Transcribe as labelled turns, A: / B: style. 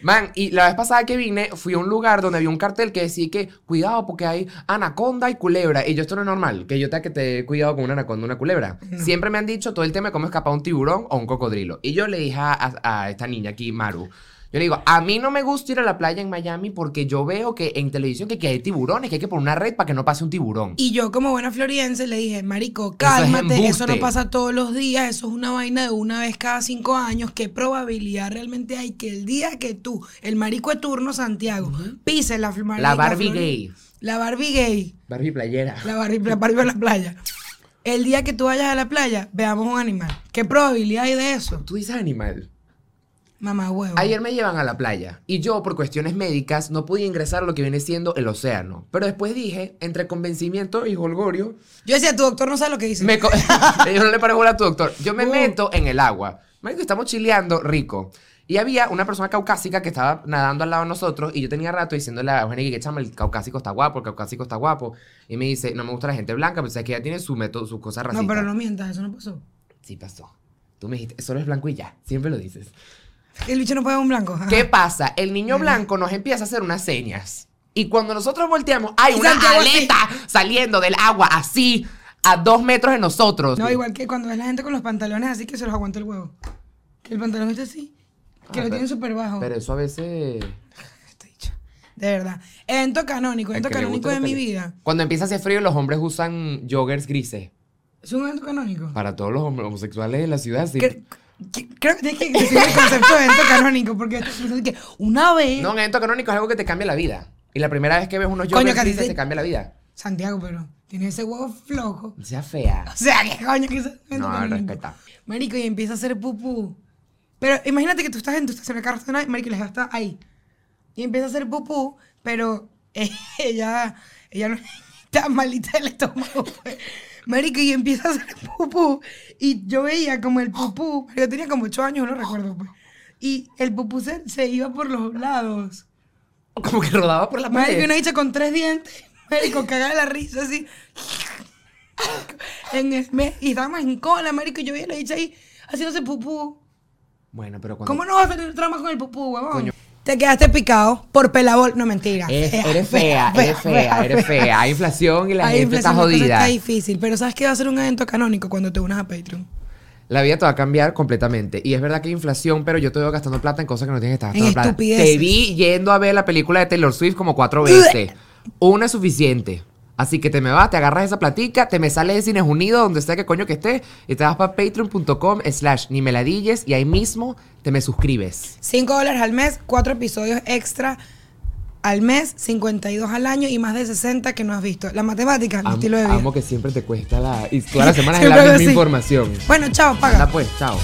A: Man, y la vez pasada que vine, fui a un lugar donde había un cartel que decía que cuidado porque hay anaconda y culebra. Y yo, esto no es normal, que yo te que te cuidado con una anaconda una culebra. Siempre me han dicho todo el tema de cómo escapar un tiburón o un cocodrilo. Y yo le dije a, a- a esta niña aquí, Maru. Yo le digo, a mí no me gusta ir a la playa en Miami porque yo veo que en televisión que, que hay tiburones, que hay que poner una red para que no pase un tiburón.
B: Y yo, como buena floridense, le dije, Marico, cálmate, eso,
A: embuste.
B: no pasa todos los días, eso es una vaina de una vez cada cinco años. ¿Qué probabilidad realmente hay que el día que tú, el marico de turno Santiago, pise la, fl-
A: La Barbie
B: flor-
A: gay.
B: La Barbie gay,
A: Barbie playera.
B: la Barbie, la Barbie en la playa. El día que tú vayas a la playa, veamos un animal. ¿Qué probabilidad hay de eso?
A: Tú dices animal.
B: Mamá huevo.
A: Ayer me llevan a la playa y yo por cuestiones médicas no pude ingresar a lo que viene siendo el océano. Pero después dije, entre convencimiento y holgorio,
B: Yo decía, tu doctor no sabe lo que dice.
A: me co- yo no le paro bola a tu doctor. Yo me
B: Uh.
A: meto en el agua. Marico, estamos chileando rico. Y había una persona caucásica que estaba nadando al lado de nosotros y yo tenía rato diciéndole a Eugenia que chama, el caucásico está guapo, el caucásico está guapo. Y me dice, no me gusta la gente blanca, pero es que ella tiene su método, sus cosas racistas.
B: no, pero no mientas, eso no pasó.
A: Sí pasó. Tú me dijiste, solo es blanco y ya. Siempre lo dices.
B: El bicho no puede ver un blanco. ajá.
A: ¿Qué pasa? El niño blanco nos empieza a hacer unas señas. Y cuando nosotros volteamos, hay
B: Y
A: una
B: Santiago así.
A: aleta saliendo del agua así, a dos metros de nosotros.
B: No, igual que cuando ves la gente con los pantalones así que se los aguanta el huevo. Que el pantalón está así. Que
A: Ah,
B: lo
A: pero-
B: tienen súper bajo.
A: Pero eso a veces.
B: Este bicho. De verdad. Evento canónico,
A: al
B: evento
A: que le gusta
B: canónico de
A: lo que
B: mi
A: le-
B: vida.
A: Cuando empieza a hacer frío, los hombres usan joggers grises.
B: Es un evento canónico.
A: Para todos los homo- homosexuales de la ciudad, Ah, sí.
B: Cre- que- Creo que tienes que decir el concepto de evento canónico, porque esto es que una vez.
A: No, un evento canónico es algo que te cambia la vida. Y la primera vez que ves unos
B: Coño,
A: joggers
B: que a ti
A: grises,
B: te-
A: te cambia la vida.
B: Santiago, pero tiene ese huevo flojo.
A: No Sea fea.
B: O sea, ¿qué coño que es eso?
A: No,
B: Marico.
A: respeta.
B: Marico, y empieza a hacer pupú. Pero imagínate que tú estás en tu estación de carro, estacionada, y Marico, y la jeva está ahí. Y empieza a hacer pupú, pero eh, ella, ella no está malita del estómago. pues. Marico, y empieza a hacer pupú. Y yo veía como el pupú, yo tenía como 8 años, no recuerdo, pues. Y el pupú se, se iba por los lados.
A: Como que rodaba por la
B: Marico,
A: pared.
B: una dicha con tres dientes. Marico, cagada de la risa, así. En el mes. Y estábamos en cola, marico. y Yo vi a la dicha ahí haciéndose pupú.
A: Bueno, pero cuando.
B: ¿Cómo no vas a tener trama con el pupú, huevón?
A: Coño.
B: Te quedaste picado por pelabol. No, mentira.
A: Eres, eres fea, eres fea, eres fea. Hay inflación y la
B: Ahí
A: gente está
B: jodida.
A: jodida.
B: Está difícil. Pero ¿sabes qué va a ser un evento canónico cuando te unas a Patreon?
A: La vida te va a cambiar completamente. Y es verdad que hay inflación, pero yo te veo gastando plata en cosas que no tienes que estar
B: En
A: gastando plata.
B: estupideces.
A: Te vi yendo a ver la película de Taylor Swift como cuatro veces. Una es suficiente. Así que te me vas, te agarras esa platica, te me sales de Cines Unidos, donde sea que coño que estés, y te vas para patreon.com slash ni meladilles y ahí mismo te me suscribes.
B: 5 dólares al mes, 4 episodios extra al mes, 52 al año y más de 60 que no has visto. La matemática, mi
A: Am-
B: este estilo de vida.
A: Amo que siempre te cuesta la... Y todas las semanas es la
B: Siempre
A: misma
B: hago así.
A: información.
B: Bueno, chao, paga.
A: Anda pues, chao.